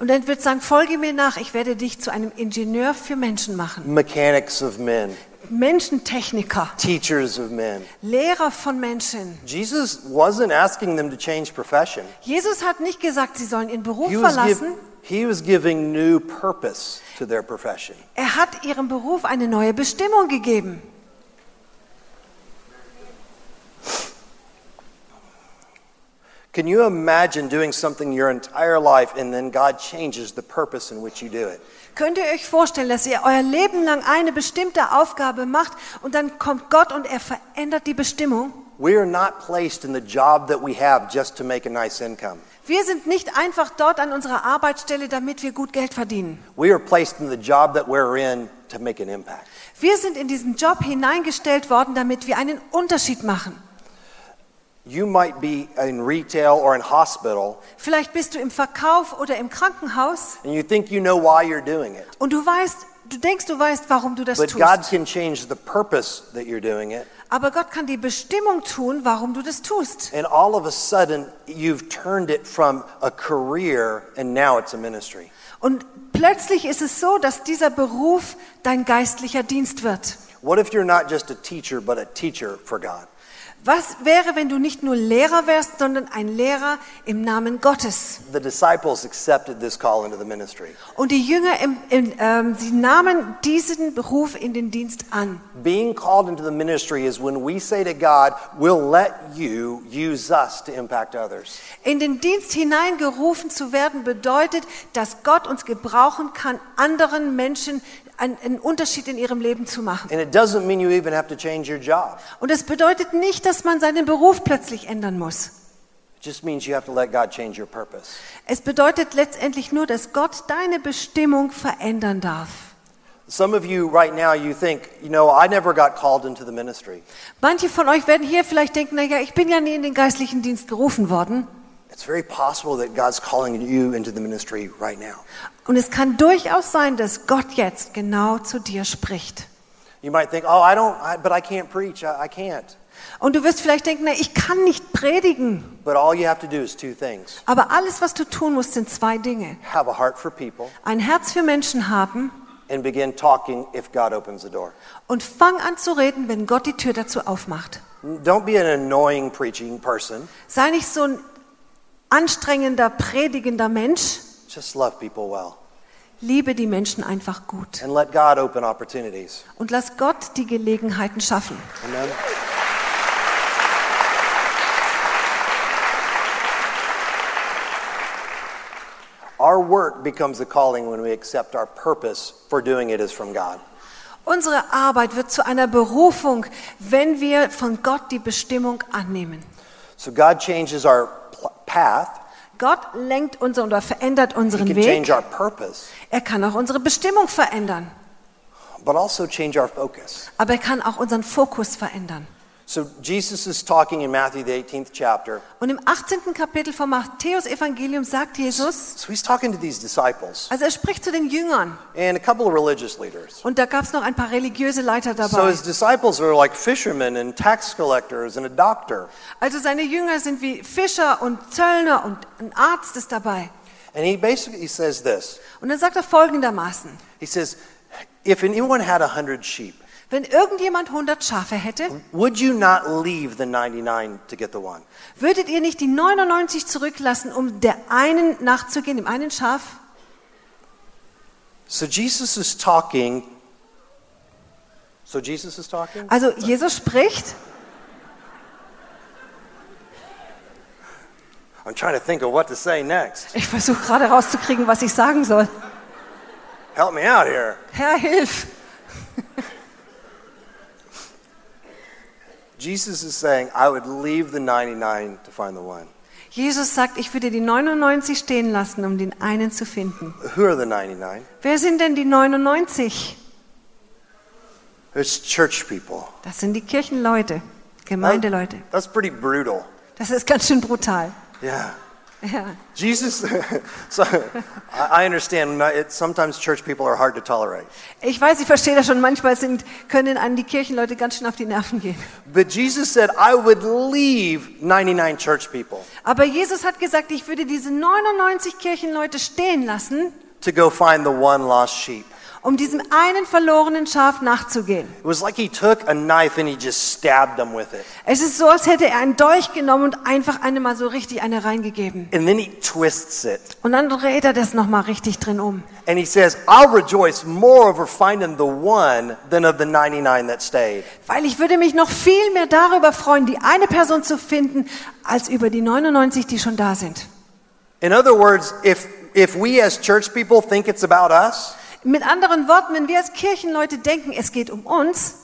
Speaker 3: und dann würde sagen, folge mir nach, ich werde dich zu einem Ingenieur für Menschen machen.
Speaker 2: mechanics of men,
Speaker 3: Menschentechniker,
Speaker 2: teachers of men.
Speaker 3: Lehrer von Menschen.
Speaker 2: Jesus wasn't asking them to change profession,
Speaker 3: Jesus hat nicht gesagt, sie sollen ihren Beruf
Speaker 2: he was, giv-
Speaker 3: verlassen.
Speaker 2: he was giving new purpose to their profession.
Speaker 3: Er hat ihrem Beruf eine neue Bestimmung gegeben.
Speaker 2: Can you imagine doing something your entire life and then God changes the purpose in which you do it?
Speaker 3: Könnt ihr euch vorstellen, dass ihr euer Leben lang eine bestimmte Aufgabe macht und dann kommt Gott und er verändert die Bestimmung?
Speaker 2: We are not placed in the job that we have just to make a nice income.
Speaker 3: Wir sind nicht einfach dort an unserer Arbeitsstelle, damit wir gut Geld verdienen.
Speaker 2: We are placed in the job that we're in to make an impact.
Speaker 3: Wir sind in diesen Job hineingestellt worden, damit wir einen Unterschied machen.
Speaker 2: You might be in retail or in hospital
Speaker 3: Vielleicht bist du im Verkauf oder im Krankenhaus
Speaker 2: and you think you know why you're doing it.
Speaker 3: und du weißt, du denkst, du weißt, warum du das
Speaker 2: But God
Speaker 3: tust.
Speaker 2: can change the purpose that you're doing it.
Speaker 3: Aber Gott kann die Bestimmung tun, warum du das tust.
Speaker 2: And all of a sudden, you've turned it from a career and now it's a ministry.
Speaker 3: Und plötzlich ist es so, dass dieser Beruf dein geistlicher Dienst wird.
Speaker 2: What if you're not just a teacher, but a teacher for God?
Speaker 3: Was wäre, wenn du nicht nur Lehrer wärst, sondern ein Lehrer im Namen Gottes?
Speaker 2: The disciples accepted this call into the ministry.
Speaker 3: Und die Jünger, im, im, ähm, sie nahmen diesen Beruf in den Dienst an.
Speaker 2: Being called into the ministry is when we say to God, We'll let you use us to impact others.
Speaker 3: In den Dienst hineingerufen zu werden bedeutet, dass Gott uns gebrauchen kann, anderen Menschen einen, einen Unterschied in ihrem Leben zu machen.
Speaker 2: And it doesn't mean you even have to change your job.
Speaker 3: Und das bedeutet nicht, dass man seinen Beruf plötzlich ändern muss.
Speaker 2: It just means you have to let God change your purpose.
Speaker 3: Es bedeutet letztendlich nur, dass Gott deine Bestimmung verändern darf.
Speaker 2: Some of you right now, you think, you know, I never got called into the ministry.
Speaker 3: Manche von euch werden hier vielleicht denken, naja, ich bin ja nie in den geistlichen Dienst gerufen worden.
Speaker 2: It's very possible that God's calling you into the ministry right now.
Speaker 3: Und es kann durchaus sein, dass Gott jetzt genau zu dir spricht.
Speaker 2: You might think, oh, I don't, I, but I can't preach. I, I can't.
Speaker 3: Und du wirst vielleicht denken, na, ich kann nicht predigen.
Speaker 2: But all you have to do is two things
Speaker 3: Aber alles, was du tun musst, sind zwei Dinge.
Speaker 2: have a heart for people
Speaker 3: Ein Herz für Menschen haben
Speaker 2: and begin talking if God opens the door.
Speaker 3: und fang an zu reden, wenn Gott die Tür dazu aufmacht.
Speaker 2: Don't be an annoying preaching person.
Speaker 3: Sei nicht so ein anstrengender, predigender Mensch.
Speaker 2: Just love people well
Speaker 3: Liebe die Menschen einfach gut.
Speaker 2: and let God open opportunities.
Speaker 3: Und lass Gott die Gelegenheiten schaffen.
Speaker 2: Amen. Our work becomes the calling when we accept our purpose for doing it is from God.
Speaker 3: Unsere Arbeit wird zu einer Berufung, wenn wir von Gott die Bestimmung annehmen.
Speaker 2: So God changes our pl- path,
Speaker 3: Gott lenkt unseren oder verändert
Speaker 2: He
Speaker 3: unseren
Speaker 2: can change
Speaker 3: Weg.
Speaker 2: our purpose,
Speaker 3: Er kann auch unsere Bestimmung verändern,
Speaker 2: but also change our focus.
Speaker 3: aber er kann auch unseren Fokus verändern.
Speaker 2: So Jesus is talking in Matthew, the 18th chapter.
Speaker 3: Und im 18. Kapitel vom Matthäus-Evangelium sagt Jesus,
Speaker 2: So he's talking to these disciples
Speaker 3: also er spricht zu den Jüngern
Speaker 2: and a couple of religious leaders.
Speaker 3: und da gab es noch ein paar religiöse Leiter
Speaker 2: So
Speaker 3: dabei.
Speaker 2: his disciples are like fishermen and tax collectors and a doctor.
Speaker 3: Also seine Jünger sind wie Fischer und Zöllner und ein Arzt ist dabei.
Speaker 2: And he basically says this
Speaker 3: Und dann sagt er folgendermaßen,
Speaker 2: He says, If anyone had a hundred sheep,
Speaker 3: wenn irgendjemand 100 Schafe hätte,
Speaker 2: would you not leave the 99 to get the one?
Speaker 3: würdet ihr nicht die 99 zurücklassen, um der einen nachzugehen, dem einen Schaf?
Speaker 2: So Jesus is talking. So Jesus is talking?
Speaker 3: Also Jesus spricht
Speaker 2: I'm trying to think of what to say next.
Speaker 3: Ich versuche gerade rauszukriegen, was ich sagen soll.
Speaker 2: Help me out here.
Speaker 3: Herr, hilf!
Speaker 2: Jesus is saying, I would leave the 99 to find the one.
Speaker 3: Jesus sagt, ich würde die 99 stehen lassen, um den einen zu finden.
Speaker 2: Who are the 99?
Speaker 3: Wer sind denn die 99?
Speaker 2: It's church people.
Speaker 3: Das sind die Kirchenleute, Gemeindeleute.
Speaker 2: That's pretty brutal.
Speaker 3: Das ist ganz schön brutal.
Speaker 2: Yeah.
Speaker 3: Ja.
Speaker 2: Jesus, so I I understand. It, sometimes church people are hard to tolerate.
Speaker 3: Ich weiß, ich verstehe das schon. Manchmal sind, können an die Kirchenleute ganz schön auf die Nerven gehen.
Speaker 2: But Jesus said, I would leave 99 church people
Speaker 3: Aber Jesus hat gesagt, ich würde diese 99 Kirchenleute stehen lassen,
Speaker 2: to go find the one lost sheep.
Speaker 3: um diesem einen verlorenen Schaf nachzugehen.
Speaker 2: It was like he took a knife and he just stabbed them with it.
Speaker 3: Es ist so, als hätte er einen Dolch genommen und einfach eine mal so richtig eine reingegeben.
Speaker 2: And then he twists it.
Speaker 3: Und dann dreht er das nochmal richtig drin um.
Speaker 2: And he says, I'll rejoice more over finding the one than of the 99 that stayed.
Speaker 3: Weil ich würde mich noch viel mehr darüber freuen, die eine Person zu finden, als über die 99, die schon da sind.
Speaker 2: In other words, if, if we as church people think it's about us,
Speaker 3: Mit anderen Worten, wenn wir als Kirchenleute denken, es geht um uns,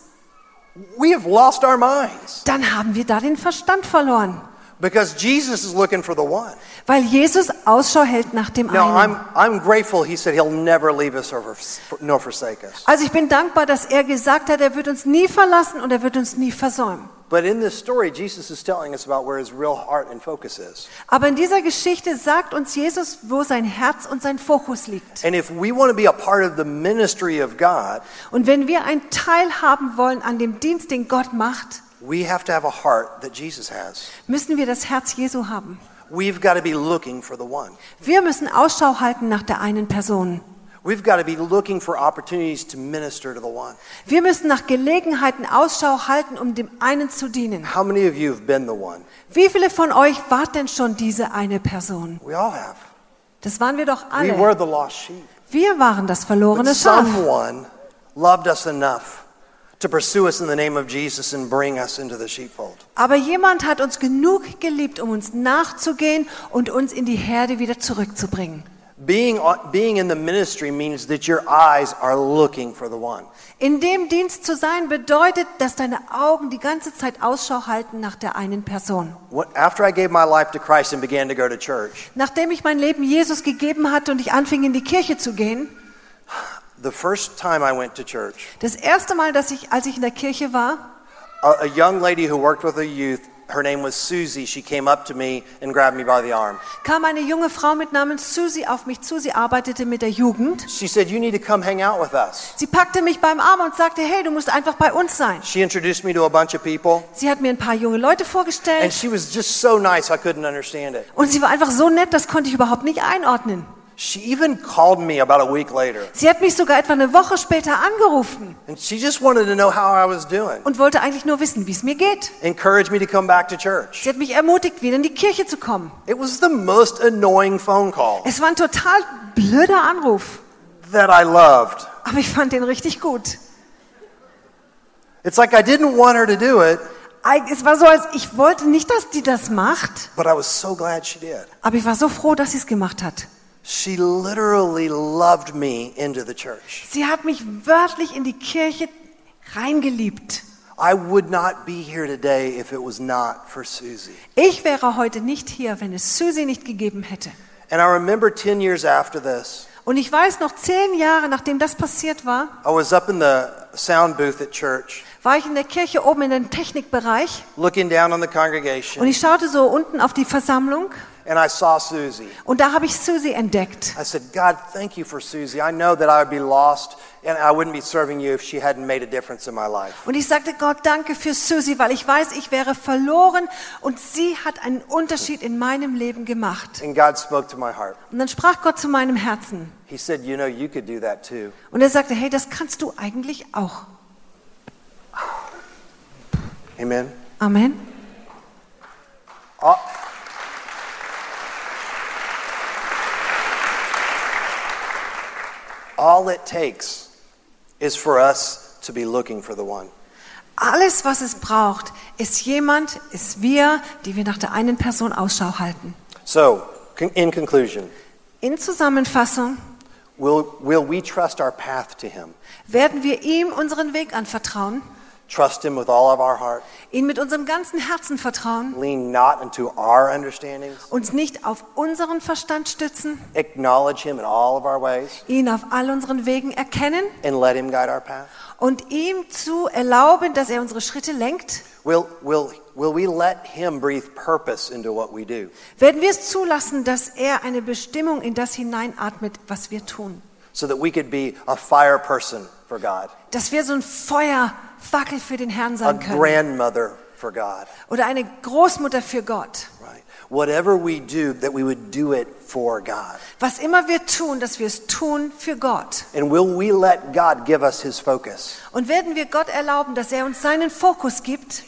Speaker 2: we have lost our minds
Speaker 3: dann haben wir da den Verstand verloren.
Speaker 2: because Jesus is looking for the one.
Speaker 3: Weil Jesus Ausschau hält nach dem
Speaker 2: Now, I'm,
Speaker 3: einen.
Speaker 2: I'm grateful he said he'll never leave us or for, nor forsake us.
Speaker 3: Also ich bin dankbar, dass er gesagt hat, er wird uns nie verlassen und er wird uns nie versäumen.
Speaker 2: But in this story, Jesus is telling us about where his real heart and focus is.
Speaker 3: Aber in dieser Geschichte sagt uns Jesus, wo sein Herz und sein Fokus liegt.
Speaker 2: And if we want to be a part of the ministry of God,
Speaker 3: Und wenn wir einen Teil haben wollen an dem Dienst, den Gott macht,
Speaker 2: we have to have a heart that Jesus has.
Speaker 3: müssen wir das Herz Jesu haben.
Speaker 2: We've got to be looking for the one.
Speaker 3: Wir müssen Ausschau halten nach der einen Person.
Speaker 2: We've got to be looking for opportunities to minister to the one.
Speaker 3: Wir müssen nach Gelegenheiten Ausschau halten, um dem einen zu dienen.
Speaker 2: How many of you have been the one?
Speaker 3: Wie viele von euch wart denn schon diese eine Person?
Speaker 2: We all have.
Speaker 3: Das waren wir doch
Speaker 2: We were
Speaker 3: alle.
Speaker 2: the lost sheep.
Speaker 3: Wir waren das verlorene
Speaker 2: But
Speaker 3: Schaf.
Speaker 2: someone loved us enough to pursue us in the name of Jesus and bring us into the sheepfold.
Speaker 3: Aber jemand hat uns genug geliebt, um uns nachzugehen und uns in die Herde wieder zurückzubringen.
Speaker 2: Being, on- being in the ministry means that your eyes are looking for the one.
Speaker 3: In dem Dienst zu sein bedeutet, dass deine Augen die ganze Zeit Ausschau halten nach der einen Person.
Speaker 2: What, after I gave my life to Christ and began to go to church,
Speaker 3: Nachdem ich mein Leben Jesus gegeben hatte und ich anfing in die Kirche zu gehen,
Speaker 2: the first time I went to church,
Speaker 3: Das erste Mal, dass ich, als ich in der Kirche war,
Speaker 2: a, a young lady who worked with a youth, her name was Susie, she came up to me and grabbed me by the arm.
Speaker 3: kam eine junge Frau mit Namen Susie auf mich zu. Sie arbeitete mit der Jugend.
Speaker 2: She said, You need to come hang out with us.
Speaker 3: Sie packte mich beim Arm und sagte, hey, du musst einfach bei uns sein.
Speaker 2: She introduced me to a bunch of people,
Speaker 3: Sie hat mir ein paar junge Leute
Speaker 2: and
Speaker 3: vorgestellt
Speaker 2: she was just so nice, I couldn't understand it.
Speaker 3: und sie war einfach so nett, das konnte ich überhaupt nicht einordnen.
Speaker 2: She even called me about a week later,
Speaker 3: Sie hat mich sogar etwa eine Woche später angerufen
Speaker 2: and she just wanted to know how I was doing,
Speaker 3: und wollte eigentlich nur wissen, wie es mir geht.
Speaker 2: encouraged me to come back to church.
Speaker 3: Sie hat mich ermutigt, wieder in die Kirche zu kommen.
Speaker 2: It was the most annoying phone call
Speaker 3: Es war ein total blöder Anruf,
Speaker 2: that I loved.
Speaker 3: aber ich fand den richtig gut.
Speaker 2: It's like I didn't want her to do it,
Speaker 3: Eig- Es war so, als ich wollte nicht, dass die das macht.
Speaker 2: but I was so glad she did.
Speaker 3: Aber ich war so froh, dass sie es gemacht hat.
Speaker 2: She literally loved me into the church.
Speaker 3: Sie hat mich wörtlich in die Kirche reingeliebt.
Speaker 2: I would not be here today if it was not for Susie.
Speaker 3: Ich wäre heute nicht hier, wenn es Susie nicht gegeben hätte.
Speaker 2: And I remember 10 years after this,
Speaker 3: Und ich weiß noch, zehn Jahre nachdem das passiert war,
Speaker 2: I was up in the sound booth at church
Speaker 3: war ich in der Kirche oben in dem Technikbereich
Speaker 2: looking down on the
Speaker 3: und
Speaker 2: congregation
Speaker 3: ich schaute so unten auf die Versammlung
Speaker 2: and I saw Susie.
Speaker 3: und da habe ich Susie entdeckt.
Speaker 2: I said, God, thank you for Susie. I know that I would be lost and I wouldn't be serving you if she hadn't made a difference in my life.
Speaker 3: Und ich sagte Gott, danke für Susie, weil ich weiß, ich wäre verloren und sie hat einen Unterschied in meinem Leben gemacht.
Speaker 2: And God spoke to my heart.
Speaker 3: Und dann sprach Gott zu meinem Herzen
Speaker 2: He said, You know, you could do that too.
Speaker 3: und er sagte, hey, das kannst du eigentlich auch.
Speaker 2: Amen.
Speaker 3: Amen.
Speaker 2: All it takes is for us to be looking for the one.
Speaker 3: Alles, was es braucht, ist jemand, ist wir, die wir nach der einen Person Ausschau halten.
Speaker 2: So, con- in conclusion,
Speaker 3: In Zusammenfassung
Speaker 2: will, will we trust our path to Him?
Speaker 3: werden wir ihm unseren Weg anvertrauen,
Speaker 2: Trust Him with all of our heart.
Speaker 3: ihn mit unserem ganzen Herzen vertrauen,
Speaker 2: Lean not unto our understandings.
Speaker 3: uns nicht auf unseren Verstand stützen,
Speaker 2: Acknowledge Him in all of our ways
Speaker 3: ihn auf all unseren Wegen erkennen
Speaker 2: and let Him guide our path.
Speaker 3: und ihm zu erlauben, dass er unsere Schritte lenkt.
Speaker 2: Will, will, will we let Him breathe purpose into what we do?
Speaker 3: Werden wir es zulassen, dass er eine Bestimmung in das hineinatmet, was wir tun.
Speaker 2: so that we could be a fire person for God,
Speaker 3: Dass wir so ein Feuerfackel für den Herrn
Speaker 2: a
Speaker 3: sein können.
Speaker 2: grandmother for God,
Speaker 3: Oder eine Großmutter für Gott.
Speaker 2: right? Whatever we do, that we would do it for God.
Speaker 3: Was immer wir tun, dass wir es tun für Gott.
Speaker 2: And will we let God give us his focus?
Speaker 3: Und werden wir Gott erlauben, dass er uns seinen Fokus gibt,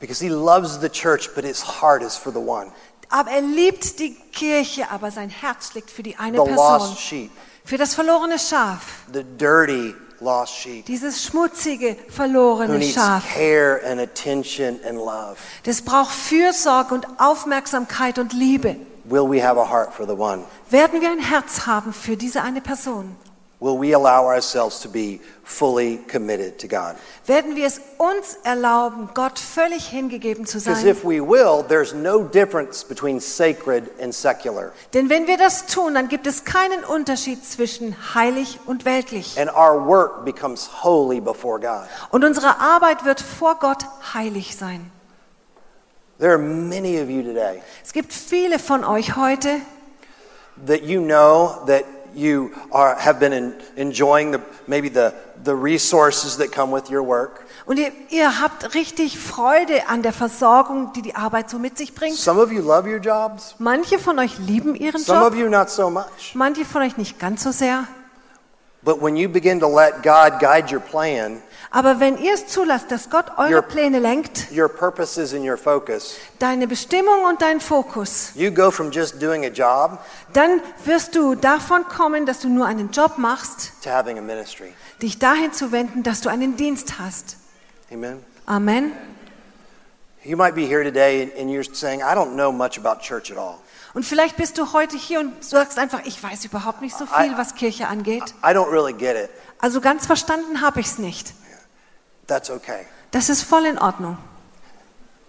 Speaker 2: Because he loves the church, but his heart is for the one,
Speaker 3: aber er liebt die Kirche, aber sein Herz schlägt für die eine
Speaker 2: the lost
Speaker 3: Person,
Speaker 2: sheep,
Speaker 3: für das verlorene Schaf,
Speaker 2: the dirty lost sheep
Speaker 3: dieses schmutzige,
Speaker 2: who
Speaker 3: verlorene
Speaker 2: needs
Speaker 3: Schaf.
Speaker 2: care and attention and love.
Speaker 3: Das braucht Fürsorge und Aufmerksamkeit und Liebe.
Speaker 2: Will we have a heart for the one?
Speaker 3: Werden wir ein Herz haben für diese eine Person?
Speaker 2: Will we allow ourselves to be fully committed to God?
Speaker 3: Werden wir es uns erlauben, Gott völlig hingegeben zu
Speaker 2: Because
Speaker 3: sein?
Speaker 2: if we will, there's no difference between sacred and secular.
Speaker 3: Denn wenn wir das tun, dann gibt es keinen Unterschied zwischen heilig und weltlich.
Speaker 2: And our work becomes holy before God.
Speaker 3: Und unsere Arbeit wird vor Gott heilig sein.
Speaker 2: There are many of you today
Speaker 3: Es gibt viele von euch heute,
Speaker 2: that you know that you are, have been en- enjoying the, maybe the, the resources that come with your work.
Speaker 3: Und ihr, ihr habt richtig Freude an der Versorgung, die die Arbeit so mit sich bringt.
Speaker 2: Some of you love your jobs,
Speaker 3: Manche von euch lieben ihren
Speaker 2: some of
Speaker 3: Job,
Speaker 2: you not so much.
Speaker 3: manche von euch nicht ganz so sehr.
Speaker 2: But when you begin to let God guide your plan,
Speaker 3: Aber wenn ihr es zulasst, dass Gott
Speaker 2: Your-
Speaker 3: eure Pläne lenkt,
Speaker 2: your purposes, and your focus,
Speaker 3: deine Bestimmung und deinen Fokus,
Speaker 2: you go from just doing a job
Speaker 3: dann wirst du davon kommen, dass du nur einen Job machst,
Speaker 2: to having a ministry.
Speaker 3: dich dahin zu wenden, dass du einen Dienst hast.
Speaker 2: Amen.
Speaker 3: Amen.
Speaker 2: You might be here today and- and you're saying, I don't know much about church at all.
Speaker 3: Und vielleicht bist du heute hier und sagst einfach, ich weiß überhaupt nicht so viel, was Kirche angeht.
Speaker 2: I don't really get it.
Speaker 3: Also ganz verstanden habe ich es nicht.
Speaker 2: That's okay.
Speaker 3: Das ist voll in Ordnung.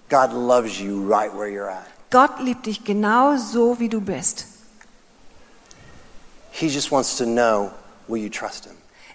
Speaker 2: God loves you right where you're at.
Speaker 3: Gott liebt dich genau so, wie du bist.
Speaker 2: He just wants to know will you trust him?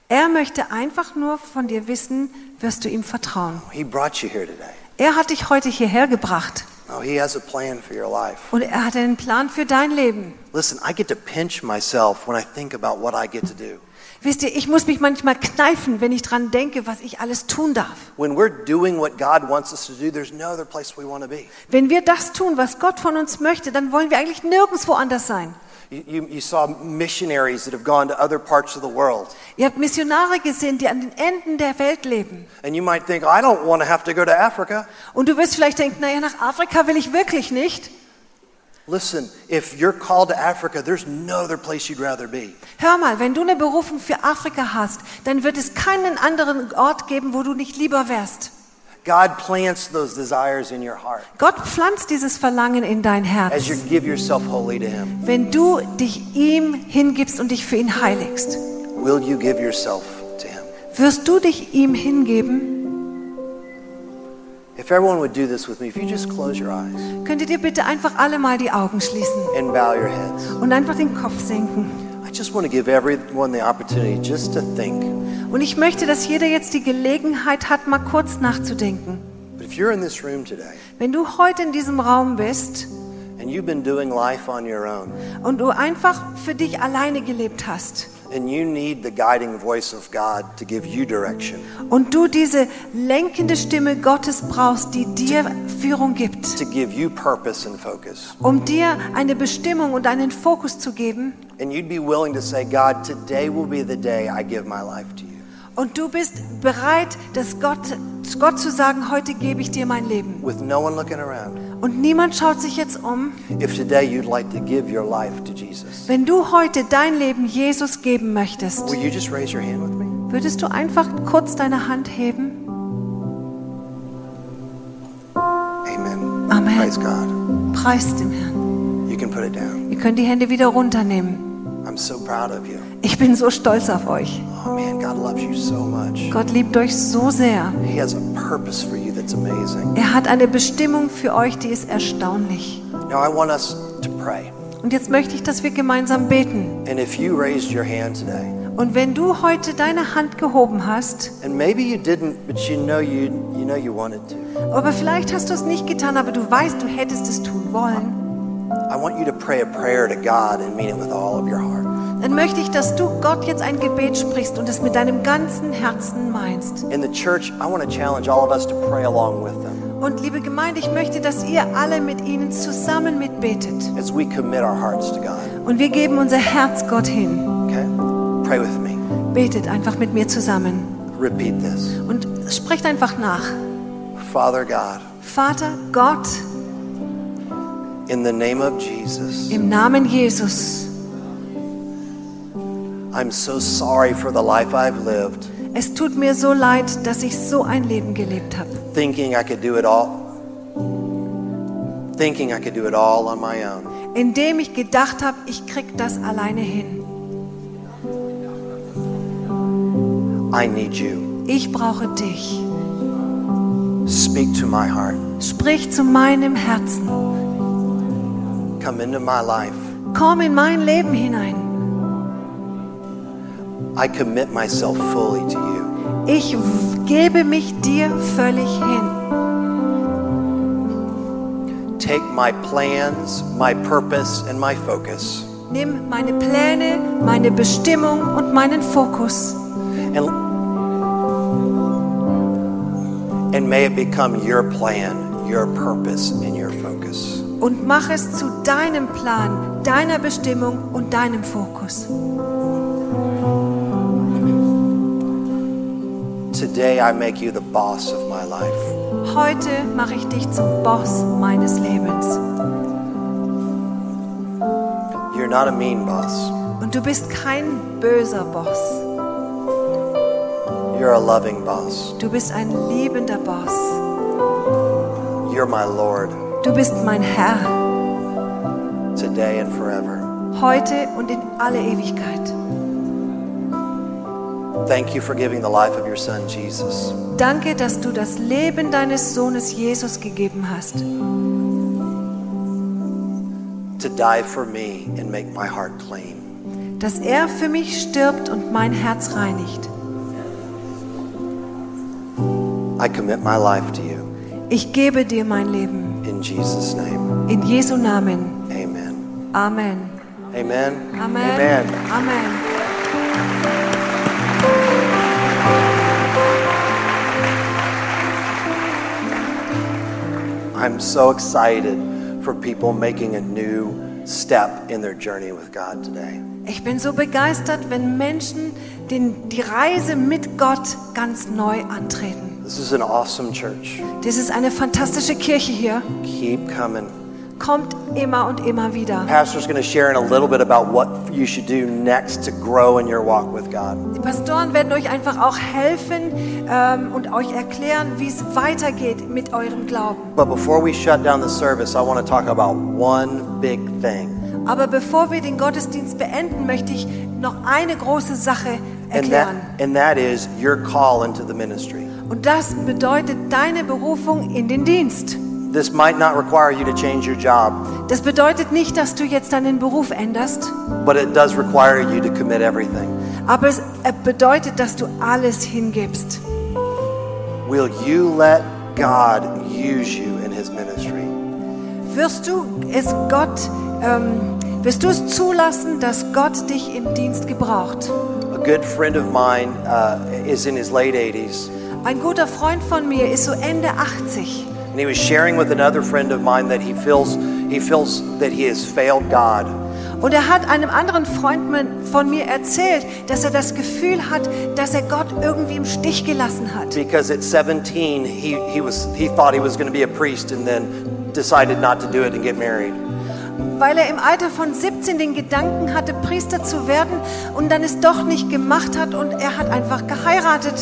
Speaker 3: Er möchte einfach nur von dir wissen, wirst du ihm vertrauen.
Speaker 2: He brought you here today.
Speaker 3: Er hat dich heute hierher gebracht
Speaker 2: Oh, he has a plan for your life.
Speaker 3: und er hat einen Plan für dein Leben.
Speaker 2: Listen, I get to pinch myself when I think about what I get to do.
Speaker 3: Wisst ihr, ich muss mich manchmal kneifen, wenn ich dran denke, was ich alles tun darf.
Speaker 2: When we're doing what God wants us to do, there's no other place we want to be.
Speaker 3: Wenn wir das tun, was Gott von uns möchte, dann wollen wir eigentlich nirgendwo anders sein.
Speaker 2: You, you, you saw missionaries that have gone to other parts of the world.
Speaker 3: Ihr habt Missionare gesehen, die an den Enden der Welt leben.
Speaker 2: And you might think, I don't want to have to go to Africa.
Speaker 3: Und du wirst vielleicht denken, naja, nach Afrika will ich wirklich nicht.
Speaker 2: Listen, if you're called to Africa, there's no other place you'd rather be.
Speaker 3: Hör mal, wenn du eine Berufung für Afrika hast, dann wird es keinen anderen Ort geben, wo du nicht lieber wärst.
Speaker 2: God plants those desires in your heart
Speaker 3: Gott pflanzt dieses Verlangen in dein
Speaker 2: as you
Speaker 3: Herz,
Speaker 2: give yourself wholly to Him.
Speaker 3: wenn du dich ihm hingibst und dich für ihn heiligst.
Speaker 2: Will you give yourself to Him?
Speaker 3: Wirst du dich ihm hingeben?
Speaker 2: If everyone would do this with me, if you just close your eyes
Speaker 3: Könntet ihr bitte einfach alle mal die Augen schließen
Speaker 2: and bow your heads,
Speaker 3: und einfach den Kopf senken?
Speaker 2: I just want to give everyone the opportunity just to think.
Speaker 3: Und ich möchte, dass jeder jetzt die Gelegenheit hat, mal kurz nachzudenken.
Speaker 2: But if you're in this room today
Speaker 3: Wenn du heute in diesem Raum bist
Speaker 2: and you've been doing life on your own
Speaker 3: und du einfach für dich alleine gelebt hast
Speaker 2: and you need the guiding voice of God to give you direction,
Speaker 3: und du diese lenkende Stimme Gottes brauchst, die dir Führung gibt,
Speaker 2: to give you purpose and focus,
Speaker 3: um dir eine Bestimmung und einen Fokus zu geben,
Speaker 2: and you'd be willing to say, God, today will be the day I give my life to you.
Speaker 3: und du bist bereit, dass Gott, Gott zu sagen, heute gebe ich dir mein Leben.
Speaker 2: With no one looking around,
Speaker 3: Und niemand schaut sich jetzt um.
Speaker 2: if today you'd like to give your life to Jesus,
Speaker 3: Wenn du heute dein Leben Jesus geben möchtest,
Speaker 2: will you just raise your hand with me?
Speaker 3: würdest du einfach kurz deine Hand heben?
Speaker 2: Amen.
Speaker 3: Amen.
Speaker 2: Praise God.
Speaker 3: Preis dem Herrn.
Speaker 2: You can put it down.
Speaker 3: Ihr könnt die Hände wieder runternehmen.
Speaker 2: I'm so proud of you.
Speaker 3: Ich bin so stolz auf euch.
Speaker 2: Oh man, God loves you so much.
Speaker 3: Gott liebt euch so sehr.
Speaker 2: He has a purpose for you that's amazing.
Speaker 3: Er hat eine Bestimmung für euch, die ist erstaunlich.
Speaker 2: Now I want us to pray.
Speaker 3: Und jetzt möchte ich, dass wir gemeinsam beten.
Speaker 2: And if you raised your hand today,
Speaker 3: Und wenn du heute deine Hand gehoben hast,
Speaker 2: and maybe you didn't, but you know you you know you wanted to.
Speaker 3: aber vielleicht hast du es nicht getan, aber du weißt, du hättest es tun wollen,
Speaker 2: I want you to pray a prayer to God and mean it with all of your heart.
Speaker 3: dann möchte ich, dass du Gott jetzt ein Gebet sprichst und es mit deinem ganzen Herzen meinst.
Speaker 2: In the church, I want to challenge all of us to pray along with them
Speaker 3: Und liebe Gemeinde, ich möchte, dass ihr alle mit ihnen zusammen mitbetet.
Speaker 2: as we commit our hearts to God.
Speaker 3: Und wir geben unser Herz Gott hin.
Speaker 2: Okay? Pray with me.
Speaker 3: Betet einfach mit mir zusammen
Speaker 2: Repeat this.
Speaker 3: und sprecht einfach nach.
Speaker 2: Father God,
Speaker 3: Vater Gott,
Speaker 2: in the name of Jesus,
Speaker 3: im Namen Jesus,
Speaker 2: I'm so sorry for the life I've lived,
Speaker 3: es tut mir so leid, dass ich so ein Leben gelebt habe.
Speaker 2: thinking I could do it all, thinking I could do it all on my own.
Speaker 3: Indem ich gedacht habe, ich krieg das alleine hin.
Speaker 2: I need you.
Speaker 3: Ich brauche dich.
Speaker 2: Speak to my heart.
Speaker 3: Sprich zu meinem Herzen.
Speaker 2: Come into my life.
Speaker 3: Komm in mein Leben hinein.
Speaker 2: I commit myself fully to you.
Speaker 3: Ich w- gebe mich dir völlig hin.
Speaker 2: Take my plans, my purpose, and my focus
Speaker 3: Nimm meine Pläne, meine Bestimmung und meinen Fokus
Speaker 2: and and may it become your plan, your purpose, and your focus.
Speaker 3: und mach es zu deinem Plan, deiner Bestimmung und deinem Fokus.
Speaker 2: Today I make you the boss of my life.
Speaker 3: Heute mache ich dich zum Boss meines Lebens.
Speaker 2: You're not a mean boss.
Speaker 3: Und du bist kein böser Boss.
Speaker 2: You're a loving boss.
Speaker 3: Du bist ein liebender Boss.
Speaker 2: You're my Lord
Speaker 3: Du bist mein Herr.
Speaker 2: today and forever.
Speaker 3: Heute und in alle Ewigkeit.
Speaker 2: Thank you for giving the life of your son Jesus.
Speaker 3: Danke, dass du das Leben deines Sohnes Jesus gegeben hast,
Speaker 2: to die for me and make my heart clean.
Speaker 3: dass er für mich stirbt und mein Herz reinigt.
Speaker 2: I commit my life to you.
Speaker 3: Ich gebe dir mein Leben.
Speaker 2: In Jesus' name,
Speaker 3: In Jesu Namen.
Speaker 2: amen.
Speaker 3: Amen.
Speaker 2: Amen.
Speaker 3: Amen.
Speaker 2: Amen.
Speaker 3: Amen.
Speaker 2: I'm so excited for people making a new step in their journey with God today.
Speaker 3: Ich bin so begeistert, wenn Menschen den, die Reise mit Gott ganz neu antreten.
Speaker 2: This is an awesome church.
Speaker 3: Das ist eine fantastische Kirche hier.
Speaker 2: Keep coming.
Speaker 3: kommt immer und immer wieder.
Speaker 2: Pastor's going to share in a little bit about what you should do next to grow in your walk with God.
Speaker 3: Die Pastoren werden euch einfach auch helfen ähm, und euch erklären, wie es weitergeht mit eurem Glauben.
Speaker 2: But before we shut down the service, I want to talk about one big thing,
Speaker 3: Aber bevor wir den Gottesdienst beenden, möchte ich noch eine große Sache
Speaker 2: and
Speaker 3: erklären.
Speaker 2: that, and that is your call into the ministry.
Speaker 3: Und das bedeutet deine Berufung in den Dienst.
Speaker 2: This might not require you to change your job,
Speaker 3: Das bedeutet nicht, dass du jetzt deinen Beruf änderst,
Speaker 2: but it does require you to commit everything.
Speaker 3: aber es äh, bedeutet, dass du alles hingibst.
Speaker 2: Will you let God use you in His ministry?
Speaker 3: Wirst du es Gott, ähm, wirst du es zulassen, dass Gott dich im Dienst gebraucht?
Speaker 2: A good friend of mine uh, is in his late 80s,
Speaker 3: Ein guter Freund von mir ist so Ende 80
Speaker 2: and he was sharing with another friend of mine that he feels he feels that he has failed God.
Speaker 3: und er hat einem anderen Freund mein- von mir erzählt, dass er das Gefühl hat, dass er Gott irgendwie im Stich gelassen hat.
Speaker 2: because at 17 he, he was he thought he was going to be a priest and then decided not to do it and get married
Speaker 3: Weil er im Alter von 17 den Gedanken hatte, Priester zu werden und dann es doch nicht gemacht hat und er hat einfach geheiratet.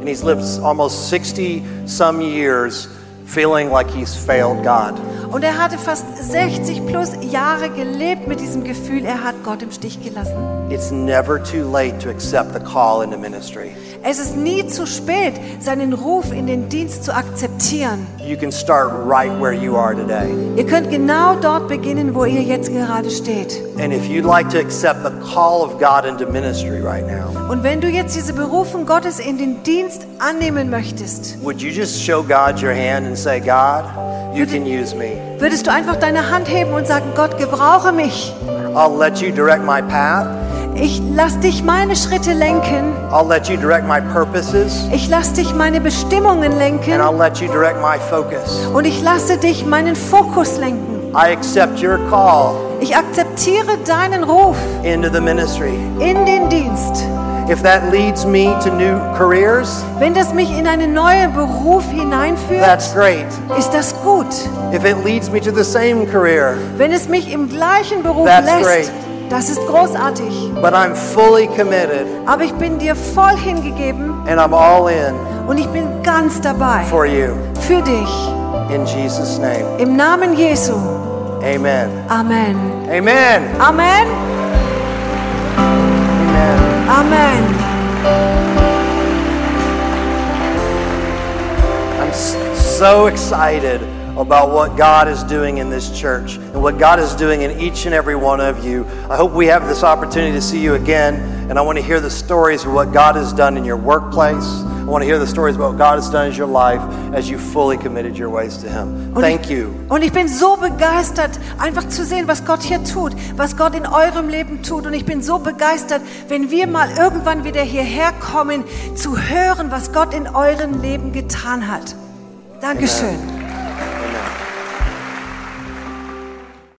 Speaker 2: and he's lived almost 60 some years feeling like he's failed god
Speaker 3: Und er hatte fast 60 plus Jahre gelebt mit diesem Gefühl, er hat Gott im Stich gelassen.
Speaker 2: it's never too late to accept the call into ministry
Speaker 3: Es ist nie zu spät, seinen Ruf in den Dienst zu akzeptieren.
Speaker 2: you can start right where you are today
Speaker 3: Ihr könnt genau dort beginnen, wo ihr jetzt gerade steht.
Speaker 2: and if you'd like to accept the call of god into ministry right now
Speaker 3: Und wenn du jetzt diese Berufung Gottes in den Dienst annehmen möchtest,
Speaker 2: would you just show god your hand and say god you can use me
Speaker 3: würdest du einfach deine Hand heben und sagen, Gott, gebrauche mich.
Speaker 2: i'll let you direct my path
Speaker 3: Ich lass dich meine Schritte lenken.
Speaker 2: i'll let you direct my purposes
Speaker 3: Ich lass dich meine Bestimmungen
Speaker 2: and
Speaker 3: lenken.
Speaker 2: I'll let you direct my focus.
Speaker 3: Und ich lasse dich meinen Fokus lenken.
Speaker 2: I accept your call
Speaker 3: Ich akzeptiere deinen Ruf
Speaker 2: into the ministry.
Speaker 3: in den Dienst.
Speaker 2: If that leads me to new careers,
Speaker 3: Wenn das mich in einen neuen Beruf hineinführt,
Speaker 2: that's great.
Speaker 3: ist das gut.
Speaker 2: If it leads me to the same career,
Speaker 3: Wenn es mich im gleichen Beruf
Speaker 2: That's
Speaker 3: lässt,
Speaker 2: great.
Speaker 3: das ist großartig.
Speaker 2: but I'm fully committed
Speaker 3: Aber ich bin dir voll hingegeben
Speaker 2: and I'm all in
Speaker 3: und ich bin ganz dabei
Speaker 2: for you.
Speaker 3: für dich.
Speaker 2: In Jesus' name,
Speaker 3: Im Namen Jesu.
Speaker 2: amen.
Speaker 3: Amen.
Speaker 2: Amen.
Speaker 3: Amen.
Speaker 2: Amen.
Speaker 3: Amen.
Speaker 2: I'm s- so excited about what God is doing in this church and what God is doing in each and every one of you. I hope we have this opportunity to see you again, and I want to hear the stories of what God has done in your workplace. I want to hear the stories about what God has done in your life as you fully committed your ways to Him. Thank you.
Speaker 3: Und ich bin so begeistert, einfach zu sehen, was Gott hier tut, was Gott in eurem Leben tut. Und ich bin so begeistert, wenn wir mal irgendwann wieder hierher kommen, zu hören, was Gott in eurem Leben getan hat. Dankeschön.